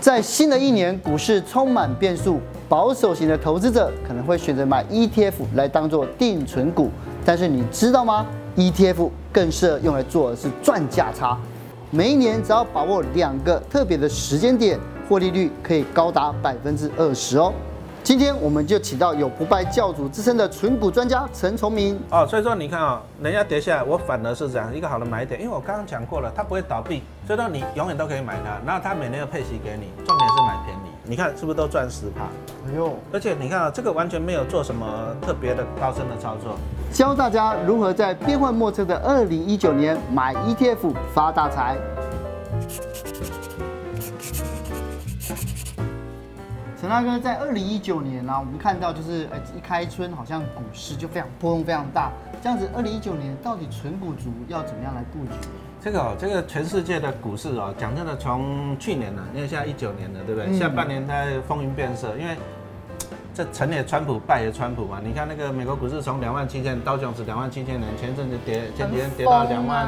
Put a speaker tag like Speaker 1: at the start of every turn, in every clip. Speaker 1: 在新的一年，股市充满变数，保守型的投资者可能会选择买 ETF 来当做定存股，但是你知道吗？ETF 更适合用来做的是赚价差。每一年只要把握两个特别的时间点，获利率可以高达百分之二十哦。今天我们就请到有不败教主之称的纯股专家陈崇明，
Speaker 2: 哦，所以说你看啊、人家跌下来，我反而是这样一个好的买点，因为我刚刚讲过了，它不会倒闭，所以说你永远都可以买它，然后它每年的配息给你，重点是买便宜，你看是不是都赚十趴？
Speaker 1: 哎呦，
Speaker 2: 而且你看啊、这个完全没有做什么特别的高深的操作，
Speaker 1: 教大家如何在变幻莫测的二零一九年买 ETF 发大财。陈大哥，在二零一九年呢、我们看到就是呃一开春好像股市就非常波动非常大，这样子二零一九年到底纯股族要怎么样来布局？
Speaker 2: 这个、哦、这个全世界的股市哦，讲真的，从去年呢、啊因为现在一九年了，对不对？
Speaker 1: 嗯
Speaker 2: 下半年它风云变色，因为嘖这成也川普，败也川普嘛。你看那个美国股市从两万七千，道琼斯两万七千点，前阵子跌，前几天跌到两万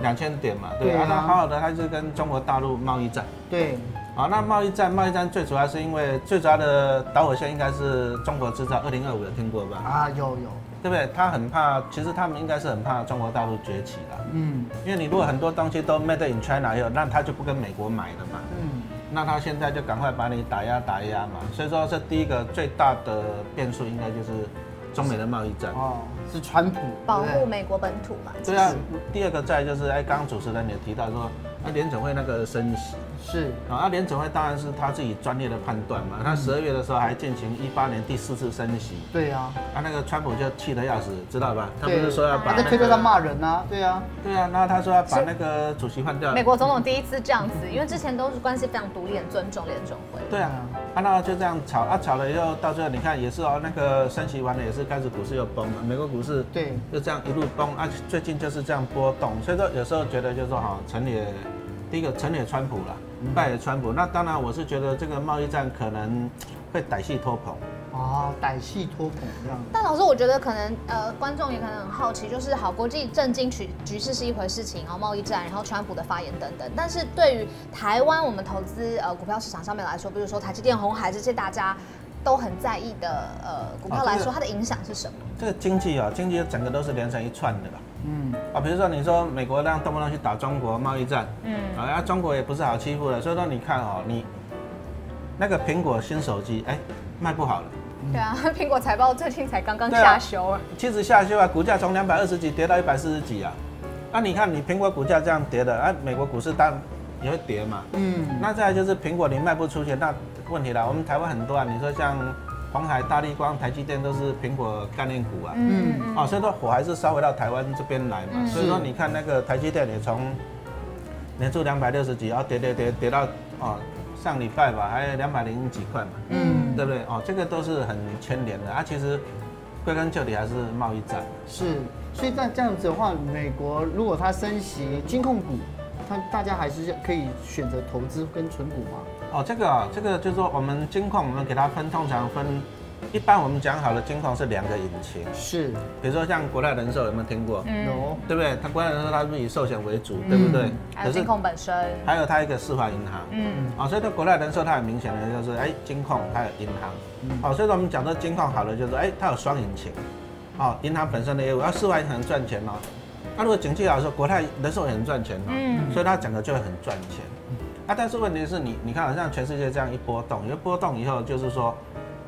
Speaker 2: 两千点嘛，对不
Speaker 1: 对
Speaker 2: 对？
Speaker 1: 啊
Speaker 2: 啊，那好好的，它就是跟中国大陆贸易战。
Speaker 1: 对，
Speaker 2: 好，那贸易战，贸易战最主要是因为最主要的导火线应该是中国制造二零二五，有听过吧？
Speaker 1: 啊，有有，
Speaker 2: 对不对？他很怕，其实他们应该是很怕中国大陆崛起啦。
Speaker 1: 嗯
Speaker 2: 因为你如果很多东西都 made in China 以后，那他就不跟美国买了嘛，
Speaker 1: 嗯，
Speaker 2: 那他现在就赶快把你打压打压嘛。所以说，这第一个最大的变数应该就是中美的贸易战。
Speaker 1: 哦，是川普
Speaker 3: 保
Speaker 1: 对不
Speaker 3: 护
Speaker 1: 对
Speaker 3: 美国本土嘛。
Speaker 2: 对啊，第二个再就是，哎，刚刚主持人也提到说，啊，联总会那个升息，
Speaker 1: 是
Speaker 2: 啊，那联总会当然是他自己专业的判断嘛。
Speaker 1: 嗯
Speaker 2: 他十二月的时候还进行一八年第四次升息，
Speaker 1: 对啊，
Speaker 2: 啊，那个川普就气得要死，知道吧？他不
Speaker 1: 对
Speaker 2: 是说要把
Speaker 1: 他
Speaker 2: 那
Speaker 1: 在推特
Speaker 2: 个
Speaker 1: 上骂人啊，对啊，
Speaker 2: 对啊，那他说要把那个主席换掉
Speaker 3: 美。国总统第一次这样子，因为之前都是关系非常独立、很尊重联总会。
Speaker 2: 对啊，啊那就这样炒啊炒了以后，到最后你看也是哦，那个升息完了也是开始股市又崩了，美国股市
Speaker 1: 对，
Speaker 2: 就这样一路崩啊，最近就是这样波动，所以说有时候觉得就是说哈，成也第一个成也川普了，败也川普。那当然我是觉得这个贸易战可能会歹戏拖棚，
Speaker 1: 哦，歹戏拖棚这样。
Speaker 3: 但老师，我觉得可能呃，观众也可能很好奇，就是好，国际政经局局势是一回事情，然后贸易战，然后川普的发言等等。但是对于台湾我们投资呃股票市场上面来说，比如说台积电、红海这些大家都很在意的呃股票
Speaker 2: 哦
Speaker 3: 来
Speaker 2: 这
Speaker 3: 说，
Speaker 2: 个
Speaker 3: 它的影响是什么？
Speaker 2: 这个经济啊、经济整个都是连成一串的啦。
Speaker 1: 嗯，
Speaker 2: 啊，比如说你说美国让动不动去打中国贸易战，
Speaker 3: 嗯，
Speaker 2: 啊，那中国也不是好欺负的，所以说你看哦，你那个苹果新手机，哎、卖不好了，
Speaker 3: 对啊，苹果财报最近才刚刚
Speaker 2: 嗯对啊
Speaker 3: 下修啊。
Speaker 2: 其实下修啊，股价从两百二十几跌到一百四十几啊，那、你看你苹果股价这样跌的，啊，美国股市当然也会跌嘛。
Speaker 1: 嗯，
Speaker 2: 那再来就是苹果你卖不出去，那问题了，我们台湾很多啊，你说像红海、大力光、台积电都是苹果概念股啊，
Speaker 1: 嗯
Speaker 2: 啊，所以说火还是烧回到台湾这边来嘛。
Speaker 3: 嗯
Speaker 2: 所以说
Speaker 1: 是
Speaker 2: 你看那个台积电也从年初两百六十几，然后跌跌跌跌到哦上礼拜吧，还两百零几块嘛，
Speaker 1: 嗯
Speaker 2: 对不对？哦，这个都是很牵连的啊。其实归根究底还是贸易战。
Speaker 1: 是。所以在这样子的话，美国如果它升息，金控股，它大家还是可以选择投资跟存股嘛。
Speaker 2: 哦，这个、哦、这个就是说我们金控，我们给它分通常分，一般我们讲好了金控是两个引擎，
Speaker 1: 是，
Speaker 2: 比如说像国泰人寿有没有听过？
Speaker 3: 嗯
Speaker 1: 有，
Speaker 2: 对不对？它国泰人寿它是以寿险为主，对不对
Speaker 1: 嗯？
Speaker 3: 还啊有金控本身，
Speaker 2: 还有它一个世华银行，
Speaker 3: 嗯，
Speaker 2: 啊、所以对国内人寿它很明显的就是，哎，金控还有银行，哦，所以说我们讲到金控好了，就是，哎，它有双引擎，哦，银行本身的业务，要四万银行赚钱哦，那、如果经济好的时候，国泰人寿也很赚钱哦，
Speaker 3: 嗯
Speaker 2: 所以它整个就会很赚钱，啊，但是问题是你，你看好像全世界这样一波动，一波动以后就是说，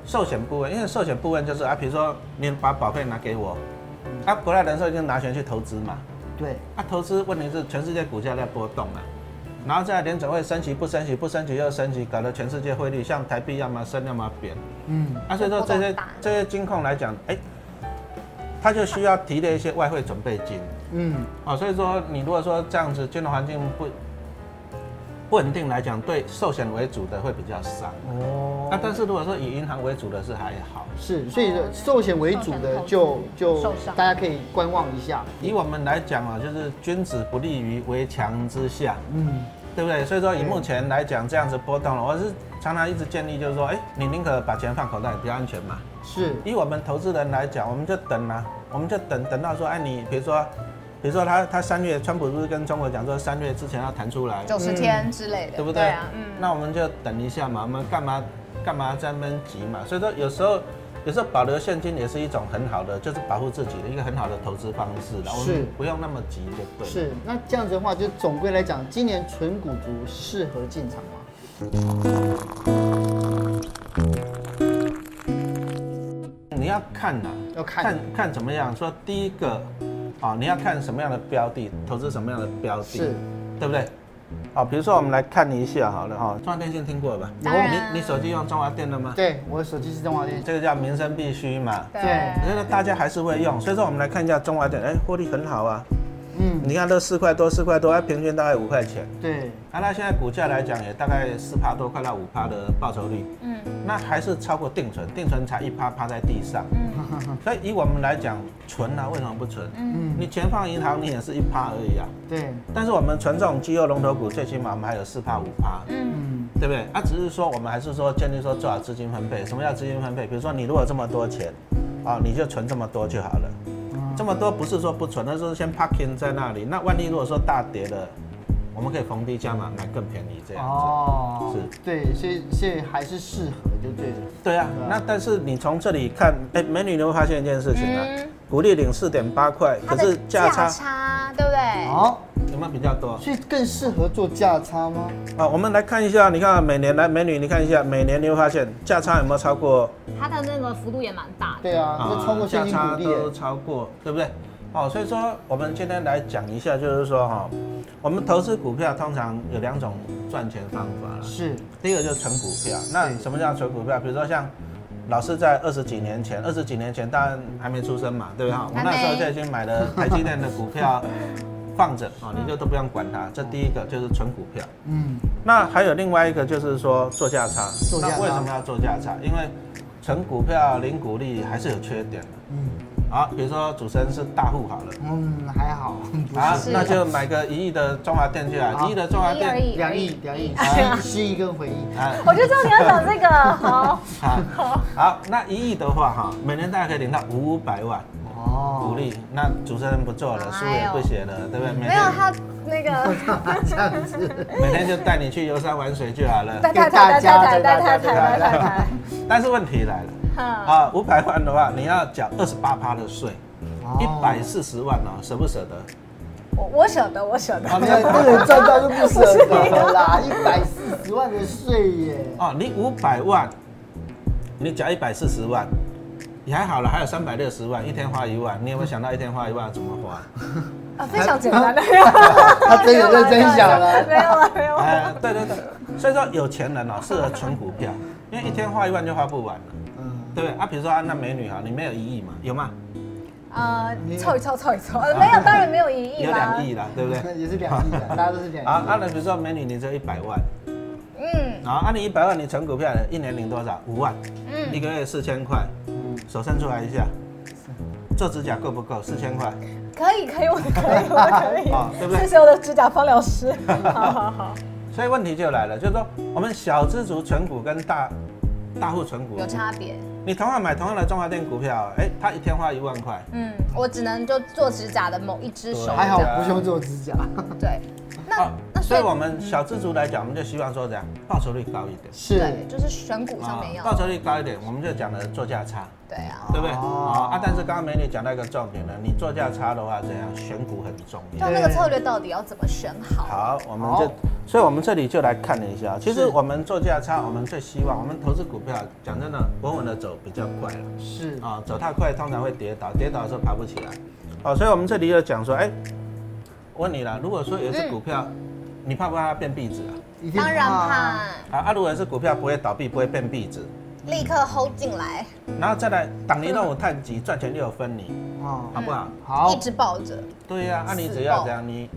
Speaker 2: 寿险部分，因为寿险部分就是啊，比如说你把保费拿给我，啊，国泰人寿已经拿钱去投资嘛，
Speaker 1: 对，
Speaker 2: 那、啊投资问题是全世界股价在波动啊，然后再来联准会升息不升息不升息又升息，搞得全世界汇率像台币要么升要么贬。
Speaker 1: 嗯，
Speaker 2: 啊，所以说
Speaker 3: 波
Speaker 2: 这
Speaker 3: 动
Speaker 2: 些
Speaker 3: 大
Speaker 2: 这些金控来讲，哎、它就需要提炼一些外汇准备金
Speaker 1: 嗯，
Speaker 2: 啊、哦。所以说你如果说这样子金融环境不不稳定来讲，对寿险为主的会比较伤。
Speaker 1: 哦
Speaker 2: 那、但是如果说以银行为主的是还好。
Speaker 1: 是，所以寿险为主的就就
Speaker 3: 受伤
Speaker 1: 大家可以观望一下。
Speaker 2: 以我们来讲啊，就是君子不立于围墙之下。
Speaker 1: 嗯，
Speaker 2: 对不对？所以说以
Speaker 1: 对
Speaker 2: 目前来讲，这样子波动了，我是常常一直建议，就是说，哎，你宁可把钱放口袋比较安全嘛。
Speaker 1: 是，
Speaker 2: 以我们投资人来讲，我们就等啊，我们就等等到说，哎，你比如说比如说他他三月，川普不是跟中国讲说三月之前要弹出来，
Speaker 3: 九十天之类的，
Speaker 2: 对不对？
Speaker 3: 对啊，嗯，
Speaker 2: 那我们就等一下嘛，我们干嘛干嘛在那边急嘛？所以说有时候有时候保留现金也是一种很好的，就是保护自己的一个很好的投资方式啦。我
Speaker 1: 是
Speaker 2: 们不用那么急就对了。
Speaker 1: 是，那这样子的话，就总归来讲，今年纯股族适合进场吗？
Speaker 2: 你要看呐、
Speaker 1: 要看
Speaker 2: 看看怎么样。说第一个，啊、你要看什么样的标的，投资什么样的标的，
Speaker 1: 是
Speaker 2: 对不对？好、比如说我们来看一下好了哈，中华电信听过吧？
Speaker 3: 当然
Speaker 2: 你你手机用中华电的吗？
Speaker 1: 对，我的手机是中华电信。
Speaker 2: 这个叫民生必须嘛，
Speaker 1: 对
Speaker 2: 因为大家还是会用。所以说我们来看一下中华电，哎，获利很好啊。
Speaker 1: 嗯，
Speaker 2: 你看这四块多，四块多，它平均大概五块钱。
Speaker 1: 对，
Speaker 2: 啊，那现在股价来讲也大概四趴多，快到五趴的报酬率，
Speaker 3: 嗯
Speaker 2: 那还是超过定存，定存才一趴趴在地上。
Speaker 3: 嗯
Speaker 2: 所以以我们来讲，存啊，为什么不存？
Speaker 3: 嗯，
Speaker 1: 嗯，
Speaker 2: 你钱放银行，你也是一趴而已啊。
Speaker 1: 对，
Speaker 2: 但是我们存这种绩优龙头股，最起码我们还有四趴五趴，
Speaker 3: 嗯
Speaker 1: 嗯，
Speaker 2: 对不对？啊，只是说我们还是说建立说做好资金分配。什么叫资金分配？比如说你如果这么多钱，啊、你就存这么多就好了。这么多不是说不存，而是先 parking 在那里。那万一如果说大跌了，我们可以逢低加码买更便宜这样子。
Speaker 1: 哦，
Speaker 2: 是
Speaker 1: 对，所以所以还是适合就对了。
Speaker 2: 对啊，那但是你从这里看，哎，美女，你会发现一件事情啊，
Speaker 3: 嗯
Speaker 2: 股利领四点八块，
Speaker 3: 它
Speaker 2: 可
Speaker 3: 的
Speaker 2: 是价差
Speaker 3: 差对不对？
Speaker 1: 好，
Speaker 2: 有没有比较多？
Speaker 1: 所以更适合做价差吗？
Speaker 2: 啊，我们来看一下，你看啊每年来美女，你看一下每年你会发现价差有没有超过
Speaker 3: 它的那个幅度也蛮大的，
Speaker 1: 对啊，那超过现
Speaker 2: 价
Speaker 1: 金
Speaker 2: 差
Speaker 1: 股利耶
Speaker 2: 都超过，对不对？哦，所以说我们今天来讲一下，就是说哈、我们投资股票通常有两种赚钱方法啦，
Speaker 1: 是，
Speaker 2: 第一个就是存股票。那什么叫存股票？比如说像老师在二十几年前，二十几年前当然还没出生嘛，对不对？
Speaker 1: 嗯
Speaker 2: 我
Speaker 3: 还
Speaker 2: 那时候
Speaker 3: 没
Speaker 2: 就已经买了台积电的股票放着啊、哦，你就都不用管它。这第一个就是存股票。
Speaker 1: 嗯，
Speaker 2: 那还有另外一个就是说做价差，
Speaker 1: 做价差
Speaker 2: 那为什么要做价差？因为存股票零股利还是有缺点的。
Speaker 1: 嗯
Speaker 2: 啊，比如说主持人是大户好了，
Speaker 1: 嗯，还好，不
Speaker 2: 啊
Speaker 1: 是，
Speaker 3: 是
Speaker 2: 那就买个一亿的中华电去啊，
Speaker 1: 好
Speaker 2: 一亿的中华
Speaker 3: 一而
Speaker 2: 电
Speaker 3: 已，
Speaker 1: 两
Speaker 3: 而
Speaker 1: 亿
Speaker 3: 已，
Speaker 1: 两亿，
Speaker 3: 哎
Speaker 2: 啊
Speaker 1: 失失忆跟回忆，
Speaker 2: 啊，
Speaker 3: 我就知道你要讲这个， 好，
Speaker 2: 好，好，那一亿的话哈，每年大概可以领到五百万
Speaker 1: 哦，
Speaker 2: 股利，那主持人不做了，书也不写了，对不对？每
Speaker 3: 哎没有
Speaker 2: 天
Speaker 3: 它那个。
Speaker 1: 这样子，
Speaker 2: 每天就带你去游山玩水就好了。
Speaker 3: 哒哒哒哒哒哒哒哒哒哒。
Speaker 2: 但是问题来了。
Speaker 3: 哈，
Speaker 2: 啊，五百万的话，你要缴二十八趴的税，
Speaker 1: 哦
Speaker 2: 一百四十万哦，舍不舍得？
Speaker 3: 我我舍得，我舍得。
Speaker 2: 哦，
Speaker 1: 那
Speaker 2: 你要
Speaker 1: 那个人赚到就不舍得了啦，一百四十万的税耶，
Speaker 2: 哦，你五百万，你缴一百四十万，也还好了，还有三百六十万，一天花一万，你有没有想到一天花一万怎么花？
Speaker 3: 啊，非常简单的。哦
Speaker 1: 他真的认真想啊了，
Speaker 3: 没有了，没有了。
Speaker 2: 哎，对对对，所以说有钱人哦，适合存股票，因为一天花一万就花不完了，
Speaker 1: 嗯，
Speaker 2: 对不对？啊，比如说啊，那美女哈，你没有一亿嘛，有吗？
Speaker 3: 呃，凑一凑，凑一凑。呃没有，当然没有一亿
Speaker 2: 有
Speaker 3: 啦
Speaker 2: 两。亿啦，对不对？
Speaker 1: 也是两亿的，大家都是两
Speaker 2: 啊
Speaker 1: 亿
Speaker 2: 啊，
Speaker 1: 的，
Speaker 2: 那比如说美女，你只有一百万，
Speaker 3: 嗯
Speaker 2: 然后啊，你一百万你存股票，一年领多少？五万，一
Speaker 3: 嗯，
Speaker 2: 个月四千块，
Speaker 1: 嗯
Speaker 2: 手伸出来一下，做指甲够不够？四千块
Speaker 3: 可以，可以，我可以，我可以。
Speaker 2: 啊，对不
Speaker 3: 谢
Speaker 2: 对？
Speaker 3: 谢我的指甲方 疗师。好好好，
Speaker 2: 所以问题就来了，就是说我们小资族存股跟大大户存股
Speaker 3: 有，差别。
Speaker 2: 你同样买同样的中华电股票，哎，他一天花一万块，
Speaker 3: 嗯，我只能就做指甲的某一只手。
Speaker 1: 还好不用做指甲，
Speaker 3: 对，那
Speaker 2: 啊
Speaker 3: 那
Speaker 2: 所
Speaker 3: 所
Speaker 2: 以
Speaker 3: 以
Speaker 2: 我们小资族来讲，我们就希望说怎样，报酬率高一 点。
Speaker 1: 是
Speaker 3: 对，就是选股上面
Speaker 2: 报
Speaker 3: 要。
Speaker 2: 酬率高一点，我们就讲了做价差，
Speaker 3: 对啊。
Speaker 2: 对不对？
Speaker 1: 哦
Speaker 2: 啊，但是刚刚美女讲到一个重点了，你做价差的话，怎样选股很重要
Speaker 3: 就。那个策略到底要怎么选好？
Speaker 2: 好，我们
Speaker 1: 好
Speaker 2: 就，所以我们这里就来看了一下。其
Speaker 1: 是
Speaker 2: 实我们做价差，我们最希望我们投资股票，讲真的，
Speaker 3: 嗯
Speaker 2: 稳稳的走比较快了
Speaker 1: 是，
Speaker 2: 啊、走太快通常会跌倒，跌倒的时候爬不起来。哦，所以我们这里又讲说，哎、问你了，如果说有一只
Speaker 3: 嗯
Speaker 2: 股票，你怕不怕它变壁纸啊
Speaker 1: 一定
Speaker 3: 当然
Speaker 1: 怕
Speaker 3: 怕，
Speaker 2: 啊？啊啊，如果有一只股票不会倒闭，不会变壁纸，
Speaker 3: 立刻 hold 进来，
Speaker 2: 然后再来挡你让我探级，赚钱又有分你，
Speaker 1: 啊，
Speaker 2: 好不好？
Speaker 1: 好
Speaker 3: 一，直抱着。
Speaker 2: 对呀、啊那、你只要这样，你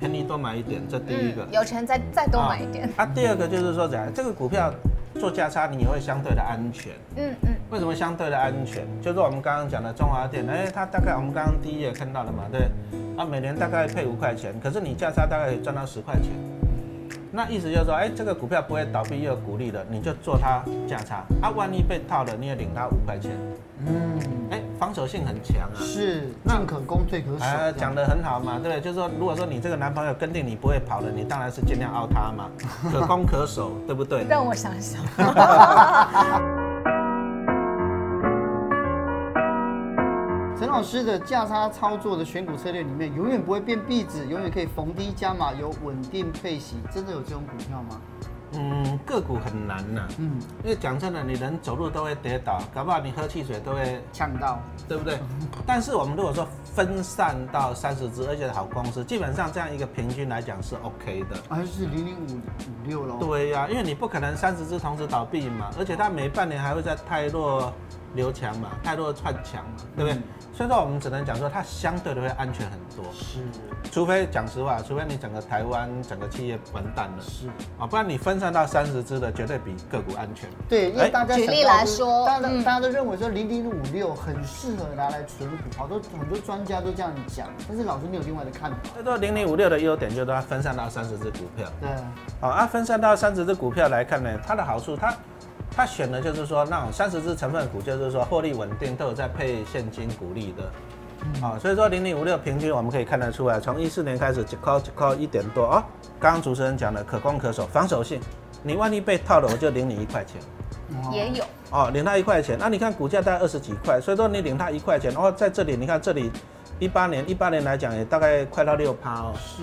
Speaker 2: 便宜多买一点，这第一个。
Speaker 3: 嗯，有钱再再多买一点。
Speaker 2: 啊。啊，第二个就是说怎样，这个股票做价差，你也会相对的安全。
Speaker 3: 嗯嗯，
Speaker 2: 为什么相对的安全？就是我们刚刚讲的中华电，哎、它大概我们刚刚第一页看到的嘛，对，啊，每年大概配五块钱，可是你价差大概可以赚到十块钱。那意思就是说，哎、这个股票不会倒闭又有股利的，你就做它价差。啊，万一被套了，你也领它五块钱。
Speaker 1: 嗯，
Speaker 2: 哎、防守性很强啊。
Speaker 1: 是
Speaker 2: 那
Speaker 1: 进可攻，退可守这
Speaker 2: 啊，
Speaker 1: 样。
Speaker 2: 讲得很好嘛，对不对？就是说，如果说你这个男朋友跟定你不会跑了，你当然是尽量凹他嘛，可攻可守，对不 对？
Speaker 3: 让我想想，
Speaker 1: 陈老师的价差操作的选股策略里面，永远不会变币值，永远可以逢低加码，有稳定配息，真的有这种股票吗？
Speaker 2: 嗯，个股很难呐、
Speaker 1: 嗯，
Speaker 2: 因为讲真的，你人走路都会跌倒，搞不好你喝汽水都会，
Speaker 1: 抢到
Speaker 2: 对不对？但是我们如果说分散到三十只，而且好公司，基本上这样一个平均来讲是 OK 的。
Speaker 1: 还是零零五五六喽？
Speaker 2: 对呀、因为你不可能三十只同时倒闭嘛，而且它每半年还会在泰弱留强嘛，泰弱串强嘛，对不对？
Speaker 1: 嗯
Speaker 2: 所以说我们只能讲说它相对的会安全很多，
Speaker 1: 是
Speaker 2: 除非讲实话，除非你整个台湾整个企业完蛋了
Speaker 1: 是，
Speaker 2: 啊，不然你分散到三十只的绝对比个股安全。
Speaker 1: 对，因为
Speaker 2: 哎
Speaker 1: 大家
Speaker 3: 举
Speaker 1: 想
Speaker 3: 例
Speaker 1: 到
Speaker 3: 来
Speaker 1: 就是
Speaker 3: 说
Speaker 1: 大家
Speaker 3: 嗯
Speaker 1: 大家都认为说零零五六很适合拿来存股，好多很多专家都这样讲，但是老师你有另外的看法？
Speaker 2: 所以说零零五六的优点就是它分散到三十只股票，
Speaker 1: 对，
Speaker 2: 好、啊，分散到三十只股票来看呢，它的好处它。它选的就是说那种三十只成分股，就是说获利稳定，都有在配现金股利的。啊、所以说零零五六平均我们可以看得出来，从一四年开始几扣几扣一点多哦。刚刚主持人讲的可攻可守，防守性，你万一被套了，我就领你一块钱
Speaker 3: 也有
Speaker 2: 哦，领他一块钱。那、你看股价大概二十几块，所以说你领他一块钱，哦，在这里你看这里一八年一八年来讲也大概快到六趴哦，
Speaker 1: 是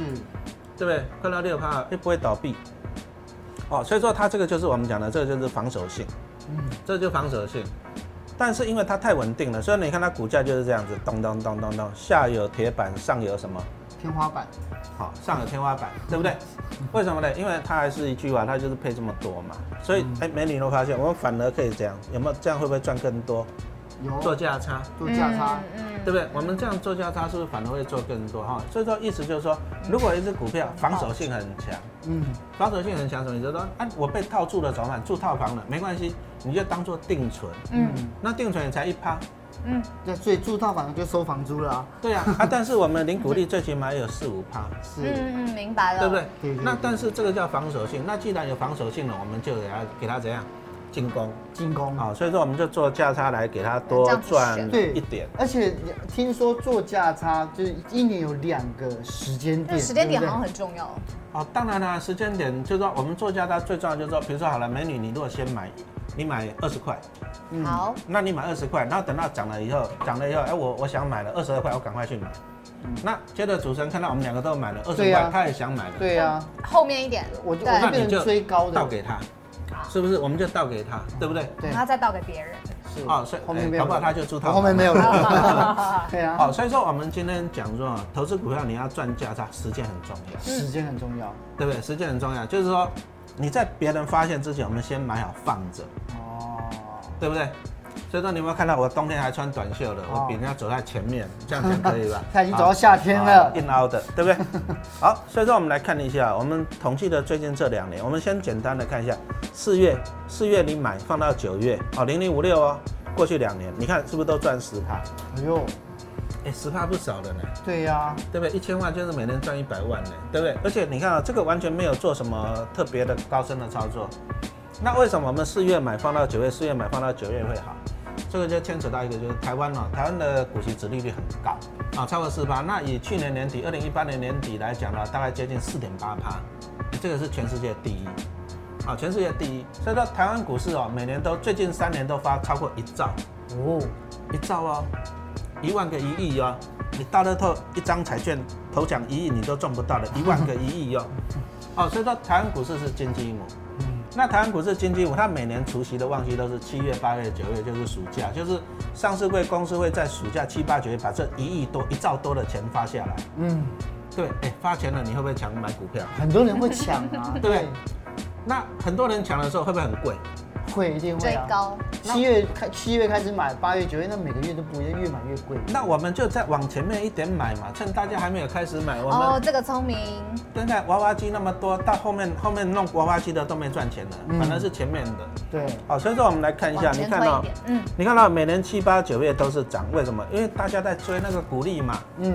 Speaker 2: 对不对？快到六趴，哎又不会倒闭。哦，所以说它这个就是我们讲的，这个就是防守性，
Speaker 1: 嗯
Speaker 2: 这就防守性。但是因为它太稳定了，所以你看它股价就是这样子，咚咚咚咚咚，下有铁板，上有什么？
Speaker 1: 天花板，
Speaker 2: 好，上有天花板，对不对？为什么呢？因为它还是一句话，它就是配这么多嘛。所以，哎、美女都发现，我们反而可以这样，有没有？这样会不会赚更多？
Speaker 1: 有
Speaker 2: 做价差，
Speaker 1: 做啊价差，
Speaker 3: 嗯
Speaker 2: 对不对？我们这样做价差，是不是反而会做更多哈？所以说，意思就是说，如果一只股票防守性很强，
Speaker 1: 嗯，
Speaker 2: 防守性很强，什么？你就说，啊，我被套住了怎么办？住套房了，没关系，你就当做定存。
Speaker 3: 嗯
Speaker 2: 那定存也才一趴，
Speaker 3: 嗯，
Speaker 1: 对，所以住套房就收房租了啊，
Speaker 2: 对啊， 啊，但是我们零股利最起码也有四五趴，
Speaker 1: 是。
Speaker 3: 嗯嗯，明白了，
Speaker 2: 对不对？？
Speaker 1: 对对
Speaker 2: 那
Speaker 1: 对
Speaker 2: 但是这个叫防守性，那既然有防守性了，我们就给它给它怎样进攻
Speaker 1: 进攻
Speaker 2: 啊、所以说我们就做价差来给它多赚
Speaker 3: 这样
Speaker 1: 对
Speaker 2: 一点。
Speaker 1: 而且听说做价差就是一年有两个时间
Speaker 3: 那
Speaker 1: 点，
Speaker 3: 时间点
Speaker 1: 对
Speaker 3: 好
Speaker 1: 不
Speaker 3: 像
Speaker 1: 对
Speaker 3: 很重要哦，
Speaker 2: 哦，当然啦、时间点就是说我们做价差最重要就是说，比如说好了，美女，你如果先买，你买二十块，
Speaker 1: 嗯
Speaker 3: 好，
Speaker 2: 那你买二十块，然后等到涨了以后，涨了以后，哎，我我想买了二十二块，我赶快去买。那接着主持人看到我们两个都买了二
Speaker 1: 嗯
Speaker 2: 十
Speaker 1: 对
Speaker 2: 块
Speaker 1: 啊，
Speaker 2: 他也想买了，
Speaker 1: 对啊，
Speaker 3: 后面一点，
Speaker 1: 我就
Speaker 3: 对
Speaker 1: 我就
Speaker 2: 那你
Speaker 1: 变成
Speaker 2: 就
Speaker 1: 追高
Speaker 2: 倒
Speaker 1: 的，
Speaker 2: 给他，是不是？我们就倒给他，对不对？
Speaker 1: 对
Speaker 3: 然，后再倒给别人，
Speaker 1: 是
Speaker 2: 哦，所以
Speaker 1: 后面
Speaker 2: 哎
Speaker 1: 没有
Speaker 2: 搞不好
Speaker 1: 了，
Speaker 2: 他就住
Speaker 1: 我
Speaker 2: 套
Speaker 1: 后面
Speaker 2: 房
Speaker 1: 没有了，
Speaker 3: 好
Speaker 1: 对啊，
Speaker 2: 好，所以说我们今天讲说，投资股票你要赚价差，时间很重要，
Speaker 1: 时间很重要
Speaker 2: 对不对？时间很重要，就是说你在别人发现之前，我们先买好放着，
Speaker 1: 哦，
Speaker 2: 对不对？所以说你有没有看到我冬天还穿短袖的，
Speaker 1: 哦？
Speaker 2: 我比人家走在前面，这样讲可以吧
Speaker 1: 他已经走到夏天了
Speaker 2: 啊硬凹的，对 不对？好，所以说我们来看一下，我们统计的最近这两年，我们先简单的看一下，四月四月你买放到九月，哦，零零五六哦，过去两年你看是不是都赚十趴？
Speaker 1: 哎呦，
Speaker 2: 哎，十趴不少的呢。
Speaker 1: 对啊呀，
Speaker 2: 对不对？一千万就是每年赚一百万呢，对不对？而且你看啊、这个完全没有做什么特别的高深的操作。那为什么我们四月买放到九月，四月买放到九月会好？这个就牵扯到一个，就是台湾哦，台湾的股息值利率很高啊、超过四趴。那以去年年底，二零一八年年底来讲呢，大概接近四点八趴，这个是全世界第一啊、全世界第一。所以说台湾股市哦，每年都最近三年都发超过一兆，
Speaker 1: 哦，
Speaker 2: 一兆哦，一万个一亿哦，你大乐透一张彩券头奖一亿你都赚不到的，一万个一亿哦，哦，所以说台湾股市是金鸡母。
Speaker 1: 嗯
Speaker 2: 那台湾股市金鸡母，它每年除夕的旺季都是七月、八月、九月，就是暑假，就是上市会公司会在暑假七八九月把这一亿多、一兆多的钱发下来。
Speaker 1: 嗯，
Speaker 2: 对，哎，发钱了，你会不会抢买股票？
Speaker 1: 很多人会抢啊，
Speaker 2: 对，那很多人抢的时候会不会很贵？
Speaker 1: 会一定会
Speaker 3: 追
Speaker 1: 啊。
Speaker 3: 高，
Speaker 1: 七月开七月开始买，八月九月那每个月都不一样，越买越贵。
Speaker 2: 那我们就再往前面一点买嘛，趁大家还没有开始买，我们
Speaker 3: 哦，这个聪明，
Speaker 2: 现在娃娃机那么多，到后面后面弄娃娃机的都没赚钱了，
Speaker 1: 嗯
Speaker 2: 反而是前面的。
Speaker 1: 对，
Speaker 2: 好，所以说我们来看一下，
Speaker 3: 往
Speaker 2: 你
Speaker 3: 前
Speaker 2: 看
Speaker 3: 推一
Speaker 2: 到、
Speaker 3: 点，嗯，
Speaker 2: 你看到每年七八九月都是涨，为什么？因为大家在追那个股利嘛，
Speaker 1: 嗯，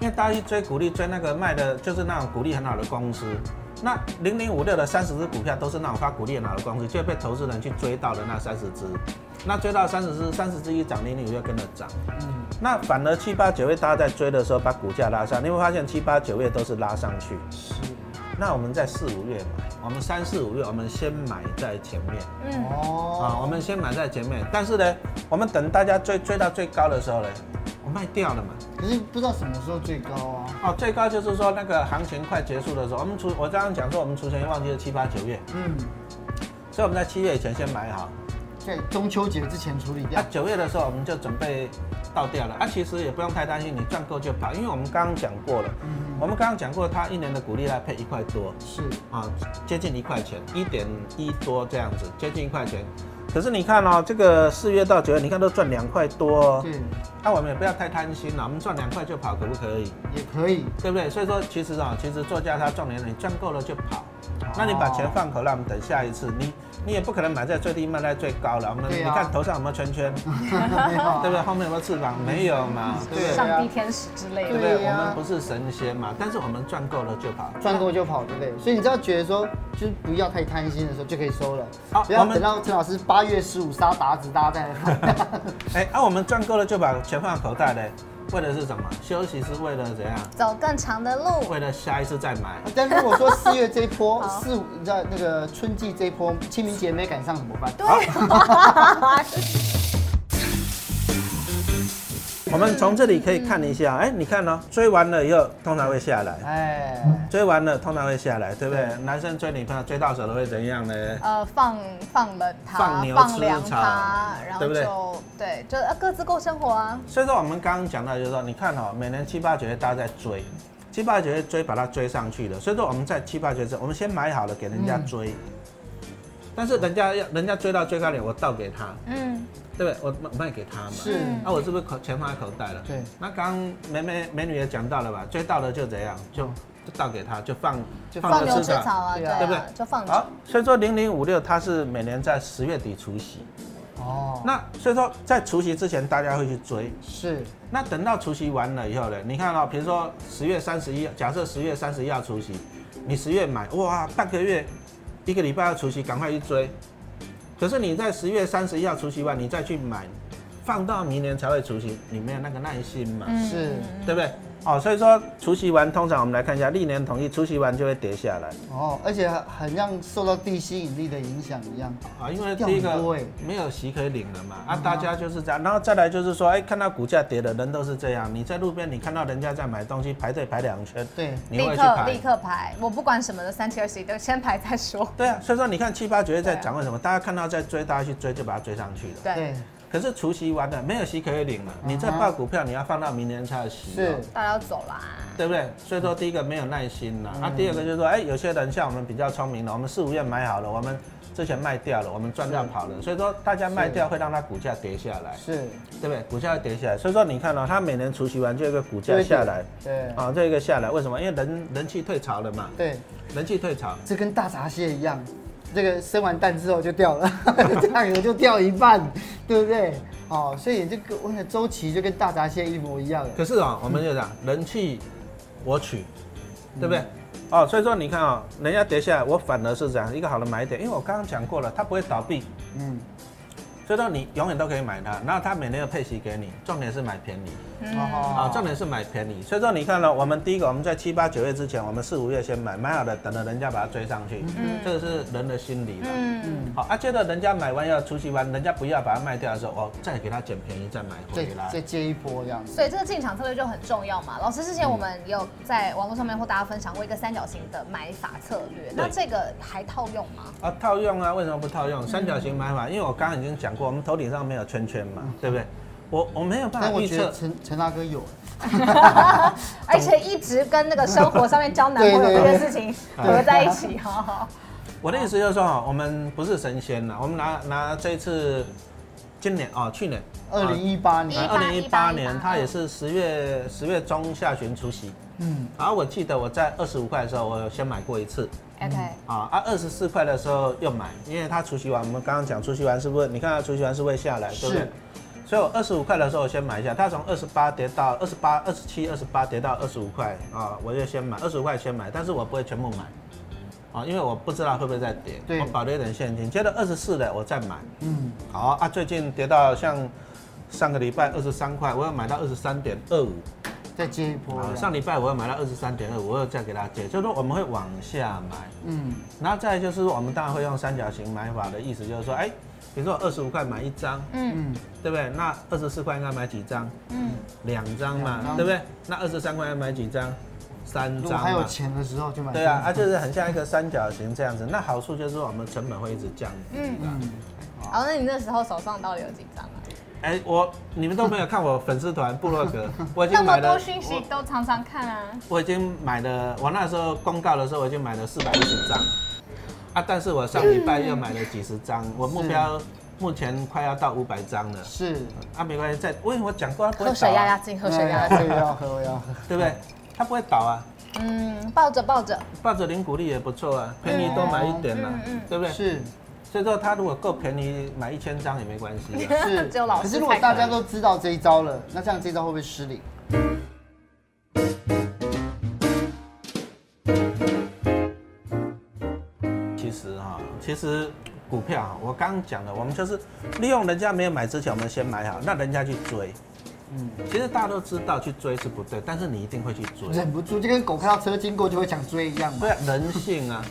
Speaker 2: 因为大家去追股利，追那个卖的就是那种股利很好的公司，那零零五六的三十只股票都是那种发股利很好的公司，却被投资人去追到的那三十只，那追到三十只，三十只一涨，零零五六跟着涨。
Speaker 1: 嗯
Speaker 2: 那反而七八九月大家在追的时候，把股价拉上，你会发现七八九月都是拉上去。
Speaker 1: 是
Speaker 2: 那我们在四五月买，我们三四五月我们先买在前面
Speaker 3: 嗯，
Speaker 2: 啊，我
Speaker 1: 哦，
Speaker 2: 们先买在前面。但是呢，我们等大家追追到最高的时候呢，我卖掉了嘛。
Speaker 1: 可是不知道什么时候最高啊。
Speaker 2: 哦，最高就是说那个行情快结束的时候，我们除我刚刚讲说我们除权旺季是七八九月，
Speaker 1: 嗯，
Speaker 2: 所以我们在七月以前先买好，
Speaker 1: 在中秋节之前处理掉。
Speaker 2: 那九月的时候我们就准备倒掉了。啊，其实也不用太担心，你赚够就跑，因为我们刚刚讲过了，
Speaker 1: 嗯，
Speaker 2: 我们刚刚讲过，它一年的股利来配一块多，
Speaker 1: 是
Speaker 2: 啊，接近一块钱，一点一多这样子，接近一块钱。可是你看哦，这个四月到九月，你看都赚两块多哦。
Speaker 1: 对，
Speaker 2: 那、我们也不要太贪心哦了，我们赚两块就跑，可不可以？
Speaker 1: 也可 以。
Speaker 2: 对不对？所以说，其实啊、其实作家他重点是你赚够了就跑
Speaker 1: 哦。
Speaker 2: 那你把钱放口袋，我们等下一次。你你也不可能买在最低，卖在最高了。我们、
Speaker 1: 对
Speaker 2: 你
Speaker 1: 啊
Speaker 2: 看头上有没有 圈圈，
Speaker 1: 没有啊
Speaker 2: 对不对？后面有没有翅膀？没有嘛，对不
Speaker 1: 对
Speaker 2: 对？
Speaker 1: 啊
Speaker 3: 上帝天使之类
Speaker 2: 对不
Speaker 3: 的，
Speaker 2: 对？
Speaker 1: 对呀
Speaker 2: 我们不是神仙嘛，但是我们赚够了就跑。
Speaker 1: 赚够就跑，对不对？所以你只要觉得说，就是不要太贪心的时候就可以收了，
Speaker 2: 好
Speaker 1: 不要
Speaker 2: 我们
Speaker 1: 等到陈老师八月十五杀达子，大家再来看。
Speaker 2: 哎，啊，我们赚够了就把钱放口袋嘞，为的是什么？休息是为了怎样？
Speaker 3: 走更长的路。
Speaker 2: 为了下一次再买。
Speaker 1: 但如果说四月这一波，
Speaker 3: 好
Speaker 1: 四五你知道那个春季这一波，清明节没赶上怎么办？
Speaker 2: 我们从这里可以看一下，哎，你看哦，追完了以后通常会下来，
Speaker 1: 哎，
Speaker 2: 追完了通常会下来，对不对
Speaker 1: 对？
Speaker 2: 男生追女朋友追到手了会怎样呢？
Speaker 3: 呃，放放了它，
Speaker 2: 放牛
Speaker 3: 放凉
Speaker 2: 吃
Speaker 3: 它
Speaker 2: 草，
Speaker 3: 然后
Speaker 2: 对
Speaker 3: 就
Speaker 2: 不对
Speaker 3: 对就呃各自过生活啊。
Speaker 2: 所以说我们刚刚讲到，就是说，你看哦，每年七八九月大家在追，七八九月追把它追上去了。所以说我们在七八九月之后，我们先买好了给人家追，但是人家要人家追到最高点，我倒给他，
Speaker 3: 嗯，
Speaker 2: 对不对？我卖卖给他嘛。
Speaker 1: 是
Speaker 3: 嗯
Speaker 2: 那、我是不是口钱放在口袋了？
Speaker 1: 对。
Speaker 2: 那刚刚美美美女也讲到了吧？追到了就怎样，就就倒给他，就放
Speaker 1: 就
Speaker 3: 放
Speaker 2: 着
Speaker 3: 牛吃
Speaker 2: 吧
Speaker 3: 草啊，
Speaker 1: 对
Speaker 3: 对
Speaker 1: 啊
Speaker 2: 对不
Speaker 3: 啊
Speaker 2: 对，
Speaker 3: 就放着。
Speaker 2: 好，所以说零零五六它是每年在十月底除夕，
Speaker 1: 哦，
Speaker 2: 那所以说在除夕之前大家会去追，
Speaker 1: 是
Speaker 2: 那等到除夕完了以后呢，你看哦，比如说十月三十一，假设十月三十一要除夕，你十月买，哇，半个月，一个礼拜要除夕，赶快去追。可是你在十月三十一要除夕完，你再去买，放到明年才会除夕，你没有那个耐心嘛，
Speaker 3: 嗯
Speaker 1: 是
Speaker 2: 对不对？哦，所以说除夕完，通常我们来看一下历年统计，除夕完就会跌下来
Speaker 1: 哦，而且很像受到地吸引力的影响一样。
Speaker 2: 啊，因为
Speaker 1: 掉
Speaker 2: 第一个
Speaker 1: 很多欸嗯
Speaker 2: 没有席可以领了嘛，啊，大家就是这样，然后再来就是说，哎，看到股价跌的人都是这样，你在路边你看到人家在买东西排队排两圈，
Speaker 1: 对，
Speaker 2: 你
Speaker 3: 立
Speaker 2: 会去
Speaker 3: 刻
Speaker 2: 排。
Speaker 3: 立刻排，我不管什么的，三七二十一都先排再说。
Speaker 2: 对啊，所以说你看七八九月在讲为什么，大家看到在追，大家去追就把它追上去了。
Speaker 3: 对，
Speaker 1: 对，啊嗯
Speaker 2: 可是除夕完了，没有息可以领了，你再报股票，你要放到明年才有息、
Speaker 1: 是
Speaker 2: 哦，
Speaker 3: 大家要走啦。
Speaker 2: 对不对？所以说第一个没有耐心
Speaker 1: 嗯
Speaker 2: 了，啊，第二个就是说，哎，有些人像我们比较聪明的，我们四五月买好了，我们之前卖掉了，我们赚到跑了，所以说大家卖掉会让它股价跌下来，
Speaker 1: 是
Speaker 2: 对不对？股价会跌下来，所以说你看到、哦它每年除夕完就有一个股价下来，，
Speaker 1: 对
Speaker 2: 啊，这一个下来，为什么？因为人人气退潮了嘛，
Speaker 1: 对，
Speaker 2: 人气退潮，
Speaker 1: 这跟大闸蟹一样，这个生完蛋之后就掉了， 价格就掉一半，对不对？哦，所以这个我的周期就跟大闸蟹一模一样了。
Speaker 2: 可是啊、我们就讲人气我取，对不对？
Speaker 1: 嗯
Speaker 2: 哦，所以说你看啊、人家跌下来，我反而是这样一个好的买点，因为我刚刚讲过了，它不会倒闭，
Speaker 1: 嗯，
Speaker 2: 所以说你永远都可以买它，然后它每年又配息给你，重点是买便宜
Speaker 3: 嗯，
Speaker 2: 啊、
Speaker 1: 哦，
Speaker 2: 重点是买便宜。所以说你看了、我们第一个我们在七八九月之前，我们四五月先买，买好了等着人家把它追上去，
Speaker 3: 嗯
Speaker 2: 这个是人的心理了。
Speaker 3: 嗯，
Speaker 2: 好啊，接着人家买完要出去玩，人家不要把它卖掉的时候，哦，再给它捡便宜再买
Speaker 1: 再
Speaker 2: 回来。
Speaker 1: 再接一波这样子。
Speaker 3: 所以这个进场策略就很重要嘛。老师之
Speaker 2: 嗯
Speaker 3: 前我们有在网络上面或大家分享过一个三角形的买法策略，那这个还套用吗？
Speaker 2: 啊，套用啊，为什么不套用三角形买法？因为我刚刚已经讲过，我们头顶上没有圈圈嘛，对不对？我我没有办
Speaker 1: 但
Speaker 2: 法
Speaker 1: 我
Speaker 2: 预
Speaker 1: 觉
Speaker 2: 啊测啊
Speaker 1: 得，陈陈大哥有，
Speaker 3: 而且一直跟那个生活上面交男朋友这件事情合在一起哈。
Speaker 2: 我的意思就是说，哦我们不是神仙呐，我们拿拿这一次，今年哦，去年
Speaker 1: 二零一八年，
Speaker 2: 呃二零一八年
Speaker 3: 18，
Speaker 2: 它也是十月十月中下旬出席，
Speaker 1: 嗯，
Speaker 2: 然后我记得我在二十五块的时候，我有先买过一次，
Speaker 3: OK，
Speaker 2: 啊啊，二十四块的时候又买，因为它除夕完，我们刚刚讲除夕完是不是？你看它除夕完是会下来，对不对
Speaker 1: 是？
Speaker 2: 所以我二十五块的时候我先买一下，它从二十八跌到二十八、二十七、二十八跌到二十五块啊，我就先买二十五块先买，但是我不会全部买，啊、因为我不知道会不会再跌，
Speaker 1: 对
Speaker 2: 我保留一点现金，觉得二十四的我再买。
Speaker 1: 嗯，
Speaker 2: 好啊，最近跌到像上个礼拜二十三块，我要买到二十三点二五，
Speaker 1: 再接一波
Speaker 2: 好，
Speaker 1: 这样
Speaker 2: 上礼拜我要买到二十三点二五，我又再给它接，就是说我们会往下买。
Speaker 1: 嗯，
Speaker 2: 然后再来就是我们当然会用三角形买法的意思，就是说，哎，比如说二十五块买一张，
Speaker 3: 嗯
Speaker 1: 嗯，
Speaker 2: 对不对？那二十四块应该买几张？
Speaker 3: 嗯，
Speaker 2: 两张嘛
Speaker 1: 两，张
Speaker 2: 对不对？那二十三块要买几张？三
Speaker 1: 如果
Speaker 2: 张
Speaker 1: 还有
Speaker 2: 嘛。
Speaker 1: 钱的时候就买。
Speaker 2: 对啊，它、啊、就是很像一个三角形这样子。那好处就是我们成本会一直降。
Speaker 3: 嗯
Speaker 2: 嗯。
Speaker 3: 好，那你那时候手上到底有几张啊？
Speaker 2: 哎、我你们都没有看我粉丝团部落 格，哎我已
Speaker 3: 那
Speaker 2: 经
Speaker 3: 么
Speaker 2: 买了
Speaker 3: 多，讯息都常常看啊。
Speaker 2: 我已经买了。我那时候公告的时候，我已经买了四百一十张，啊，但是我上礼拜又买了几十张，
Speaker 3: 嗯
Speaker 2: 我目标目前快要到五百张了。
Speaker 1: 是，
Speaker 2: 啊，没关系，在因为我讲过它不会
Speaker 3: 喝
Speaker 2: 倒、
Speaker 3: 水压
Speaker 2: 啊
Speaker 3: 压，惊，喝水压压
Speaker 1: 哎
Speaker 3: 惊。
Speaker 1: 我也要喝，我也要喝。
Speaker 2: 对不对？它不会倒啊，
Speaker 3: 嗯，抱着抱着，
Speaker 2: 抱着零股利也不错啊，便宜多买一点嘛、
Speaker 3: 嗯嗯嗯
Speaker 2: 对不对？
Speaker 1: 是
Speaker 2: 所以说它如果够便宜，买一千张也没关 系、啊。
Speaker 1: 是，
Speaker 3: 只有老师
Speaker 1: 可是如果
Speaker 3: 才
Speaker 1: 大
Speaker 3: 可
Speaker 1: 家
Speaker 3: 以
Speaker 1: 都知道这一招了，那这样这一招会不会失灵？
Speaker 2: 其实哈、其实股票哈、我刚讲了，我们就是利用人家没有买之前，我们先买好，让人家去追。
Speaker 1: 嗯
Speaker 2: 嗯，其实大家都知道去追是不对，但是你一定会去追。
Speaker 1: 忍不住就跟狗看到车经过就会想追一样嘛。
Speaker 2: 对啊，人性啊，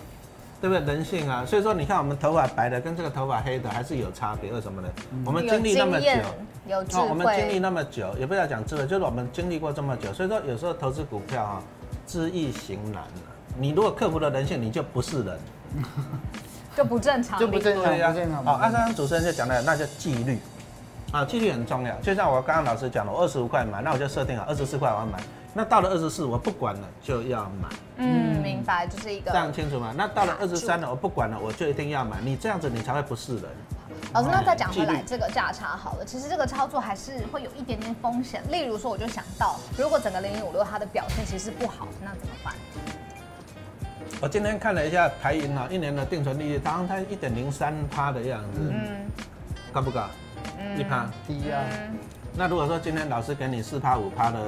Speaker 2: 对不对？人性啊，所以说你看我们头发白的跟这个头发黑的还是有差别，为什么呢？我们
Speaker 3: 有
Speaker 2: 经历那么
Speaker 3: 经
Speaker 2: 久，
Speaker 3: 验，有智
Speaker 2: 哦，我们经历
Speaker 3: 慧，
Speaker 2: 那么久，也不要讲智慧，就是我们经历过这么久，所以说有时候投资股票啊，知易行难啊你如果克服了人性，你就不是人。
Speaker 3: 就不正常，
Speaker 1: 就不正常
Speaker 2: 对呀、
Speaker 1: 不正常
Speaker 2: 好，阿三主持人就讲了，那叫纪律。啊，纪律很重要。就像我刚刚老师讲了，我二十五块买，那我就设定好二十四块我要买。那到了二十四，我不管了，就要买，
Speaker 3: 嗯，明白，就是一个
Speaker 2: 这。样清楚吗？那到了二十三了，我不管了，我就一定要买。你这样子，你才会不是人。
Speaker 3: 老师，那再讲回
Speaker 2: 哦纪
Speaker 3: 来
Speaker 2: 律
Speaker 3: 这个价差好了，其实这个操作还是会有一点点风险。例如说，我就想到，如果整个零零五六它的表现其实不好，那怎么办？
Speaker 2: 我今天看了一下台银啊，一年的定存利率，当然它一点零三趴的样子，
Speaker 3: 嗯
Speaker 2: 高不高？一趴。
Speaker 1: 低啊，
Speaker 3: 嗯，
Speaker 2: 那如果说今天老师给你四趴五趴的，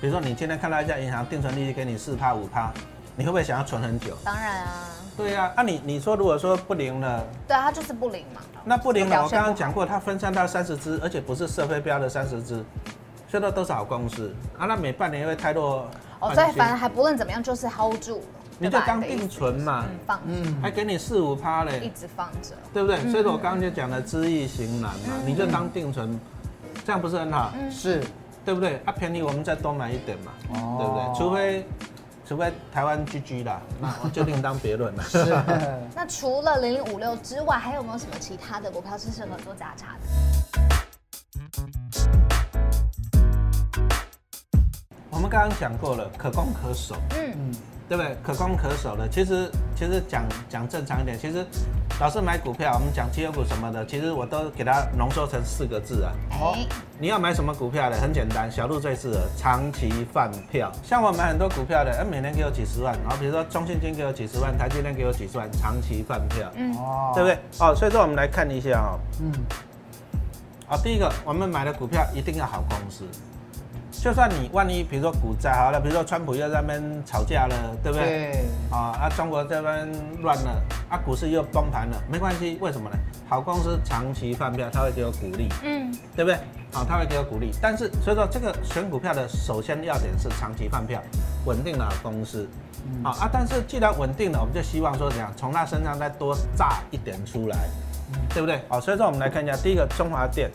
Speaker 2: 比如说你今天看到一家银行定存利率给你四趴五趴，你会不会想要存很久？
Speaker 3: 当然啊，
Speaker 2: 对呀、啊，你你说如果说不灵了，
Speaker 3: 对啊，它就是不灵嘛。
Speaker 2: 那不灵了，
Speaker 3: 表
Speaker 2: 我
Speaker 3: 现
Speaker 2: 刚
Speaker 3: 不好
Speaker 2: 刚讲过，它分散到三十只，而且不是社会标的三十只，现在都是好公司啊，那每半年会开拓
Speaker 3: 哦，
Speaker 2: 换
Speaker 3: 所以
Speaker 2: 新
Speaker 3: 反正还不论怎么样，就是 hold 住了，
Speaker 2: 你
Speaker 3: 对
Speaker 2: 就
Speaker 3: 吧
Speaker 2: 当
Speaker 3: 你的意思
Speaker 2: 定存嘛
Speaker 3: 嗯，放着，
Speaker 2: 还给你四五趴嘞，
Speaker 3: 一直嗯放着。
Speaker 2: 对不对？所以说我刚刚就讲了知易行难
Speaker 3: 嗯
Speaker 2: 嘛，你就当定存，这样不是很好，
Speaker 1: 嗯是
Speaker 2: 对不对？啊，便宜我们再多买一点嘛，
Speaker 1: 哦
Speaker 2: 对不对？除非除非台湾 GG 啦，那我就另当别论了。
Speaker 1: 是，嗯
Speaker 3: 那除了零零五六之外，还有没有什么其他的股票是适合做价差的？
Speaker 2: 我们刚刚讲过了，可攻可守，
Speaker 3: 嗯，
Speaker 2: 对不对？可攻可守的，其实其实讲讲正常一点，其实老是买股票，我们讲绩优股什么的，其实我都给它浓缩成四个字啊。
Speaker 3: 哎，
Speaker 2: 你要买什么股票的？很简单，小鹿最适合长期饭票。像我买很多股票的，哎，每年给我几十万，然后比如说中信金给我几十万，台积电给我几十万，长期饭票，
Speaker 3: 嗯
Speaker 1: 哦
Speaker 2: 对不对？哦，所以说我们来看一下哦。
Speaker 1: 嗯，
Speaker 2: 啊、第一个，我们买的股票一定要好公司。就算你万一比如说股灾好了，比如说川普又在那边吵架了，对不对？
Speaker 1: 对，
Speaker 2: 啊啊，中国这边乱了，啊股市又崩盘了，没关系，为什么呢？好公司长期饭票，它会给我鼓励，
Speaker 3: 嗯，
Speaker 2: 对不对？好、它会给我鼓励，但是所以说这个选股票的首先要点是长期饭票，稳定的好公司。好、啊，但是既然稳定了，我们就希望说怎样，从它身上再多炸一点出来，对不对？好、所以说我们来看一下第一个中华电，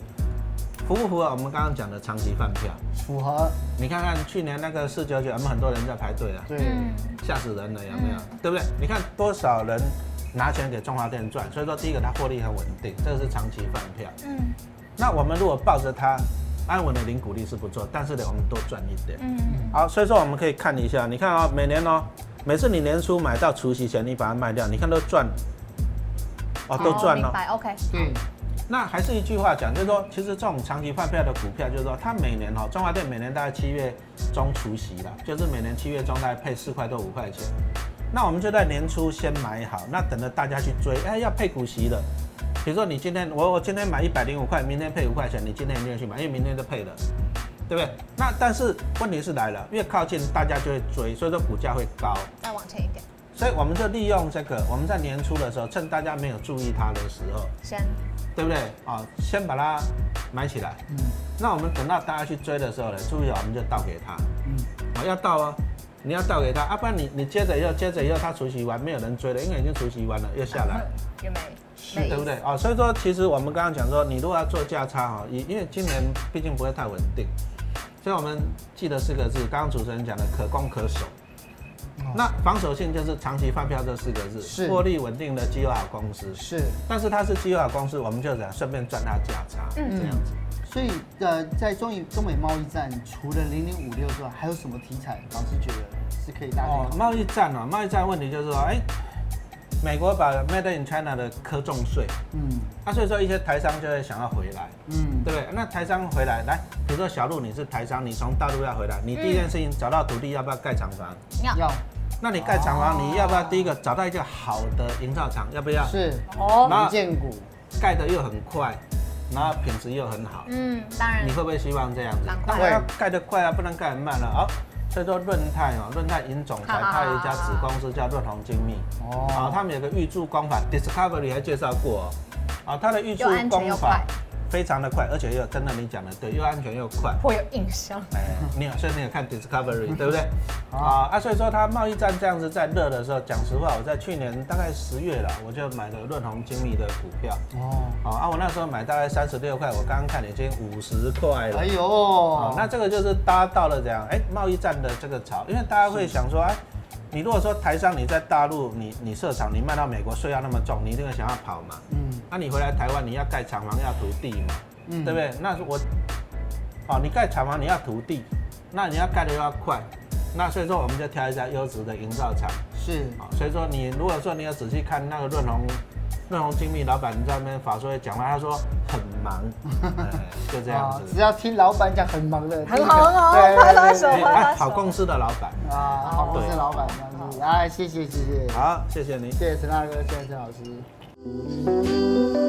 Speaker 2: 符不符合我们刚刚讲的长期饭票？
Speaker 1: 符合，
Speaker 2: 你看看去年那个四九九，我们很多人在排队啊。
Speaker 1: 对，
Speaker 3: 嗯，
Speaker 2: 吓死人了，有没有？对不对？你看多少人拿钱给中华电赚，所以说第一个它获利很稳定，这个是长期饭票。
Speaker 3: 嗯，
Speaker 2: 那我们如果抱着它，安稳的零股利是不错，但是呢，我们多赚一点。
Speaker 3: 嗯，
Speaker 2: 好，所以说我们可以看一下，你看啊、每年哦，每次你年初买到除夕前，你把它卖掉，你看都赚，哦，都赚
Speaker 3: 明
Speaker 2: 了、
Speaker 3: 白，OK，
Speaker 1: 对，
Speaker 2: 那还是一句话讲，就是说，其实这种长期饭票的股票，就是说，它每年哦，中华电每年大概七月中除息啦，就是每年七月中大概配四块多五块钱。那我们就在年初先买好，那等着大家去追，哎，要配股息了。比如说你今天我我今天买一百零五块，明天配五块钱，你今天一定要去买，因为明天就配了，对不对？那但是问题是来了，越靠近大家就会追，所以说股价会高。
Speaker 3: 再往前一点，
Speaker 2: 所所以我们就利用这个，我们在年初的时候，趁大家没有注意它的时候，
Speaker 3: 先
Speaker 2: 对不对？啊、先把它买起来。嗯。那我们等到大家去追的时候呢，注意啊了我们就倒给他。嗯。哦，要倒哦，你要倒给他，啊，不然你你接着又接着又他除夕完没有人追了，因为已经除夕完了又下来，
Speaker 3: 也没没意
Speaker 2: 对不
Speaker 3: 思。
Speaker 2: 对？哦，所以说其实我们刚刚讲说，你如果要做价差哈，因因为今年毕竟不会太稳定，所以我们记得四个字，刚刚主持人讲的可攻可守。那防守性就是长期饭票这四个字，
Speaker 1: 是
Speaker 2: 获利稳定的绩优好公司。
Speaker 1: 是，
Speaker 2: 但是它是绩优好公司，我们就想顺便赚它价差，
Speaker 3: 嗯
Speaker 2: 这样子。
Speaker 1: 所以呃，在中美中美贸易战，除了零零五六之外，还有什么题材老师觉得是可以大家可以
Speaker 2: 哦
Speaker 1: 考，虑？
Speaker 2: 贸易战哦，贸易战问题就是说，哎、美国把 Made in China 的科重税，
Speaker 1: 嗯
Speaker 2: 那、所以说一些台商就会想要回来，
Speaker 1: 嗯，
Speaker 2: 对不对？那台商回来，来，比如说小陆你是台商，你从大陆要回来，你第一件事情找到土地要不要盖厂房？
Speaker 3: 要
Speaker 1: 要
Speaker 2: 那你盖厂房，
Speaker 1: 哦
Speaker 2: 你要不要第一个找到一个好的营造厂？要不要？
Speaker 1: 是
Speaker 3: 哦，
Speaker 2: 那
Speaker 1: 银建股，
Speaker 2: 盖的又很快，然后品质又很好。
Speaker 3: 嗯，当然
Speaker 2: 你会不会希望这样子
Speaker 3: 赶？快
Speaker 2: 当然要盖得快啊，不能盖得慢了、啊。哦，所以说润泰哦，润泰尹总裁
Speaker 3: 好好
Speaker 2: 他有一家
Speaker 3: 好
Speaker 2: 子公司叫润宏精密，
Speaker 1: 哦
Speaker 2: 啊、他们有个预祝光法，Discovery 还介绍过、哦，啊、它的预祝
Speaker 3: 又安全
Speaker 2: 光
Speaker 3: 又
Speaker 2: 法
Speaker 3: 快
Speaker 2: 非常的快，而且又真的你讲的对，又安全又快。
Speaker 3: 颇有印象。
Speaker 2: 哎，你有，所以你有看 Discovery 对不对？啊啊，所以说它贸易战这样子在热的时候，讲实话，我在去年大概十月了，我就买了润宏精密的股票。
Speaker 1: 哦，
Speaker 2: 好啊，我那时候买大概三十六块，我刚刚看已经五十块了
Speaker 1: 哎。呦，
Speaker 2: 哦，那这个就是搭到了这样，哎、贸易战的这个潮，因为大家会想说，哎，你如果说台商你在大陆，你你设厂，你卖到美国税要那么重，你一定会想要跑嘛，
Speaker 1: 嗯
Speaker 2: 那、你回来台湾你要盖厂房要土地嘛，
Speaker 1: 嗯
Speaker 2: 对不对？那我，哦，你盖厂房你要土地，那你要盖的又要快，那所以说我们就挑一家优质的营造厂，
Speaker 1: 是
Speaker 2: 啊，所以说你如果说你有仔细看那个润宏，润宏精密老板在那边法说会讲了，他说很忙，哎就这样
Speaker 1: 啊，
Speaker 2: 子
Speaker 1: 只。要听老板讲很忙的，
Speaker 3: 很好很好
Speaker 1: 对对对
Speaker 3: 拍拍手
Speaker 1: 对对
Speaker 2: 哎
Speaker 3: 拍拍手
Speaker 2: 好公司的老板。
Speaker 1: 对啊，好公司老板这样子，哎，谢谢谢谢，
Speaker 2: 好，谢谢您。
Speaker 1: 谢谢陈大哥，谢谢陈老师。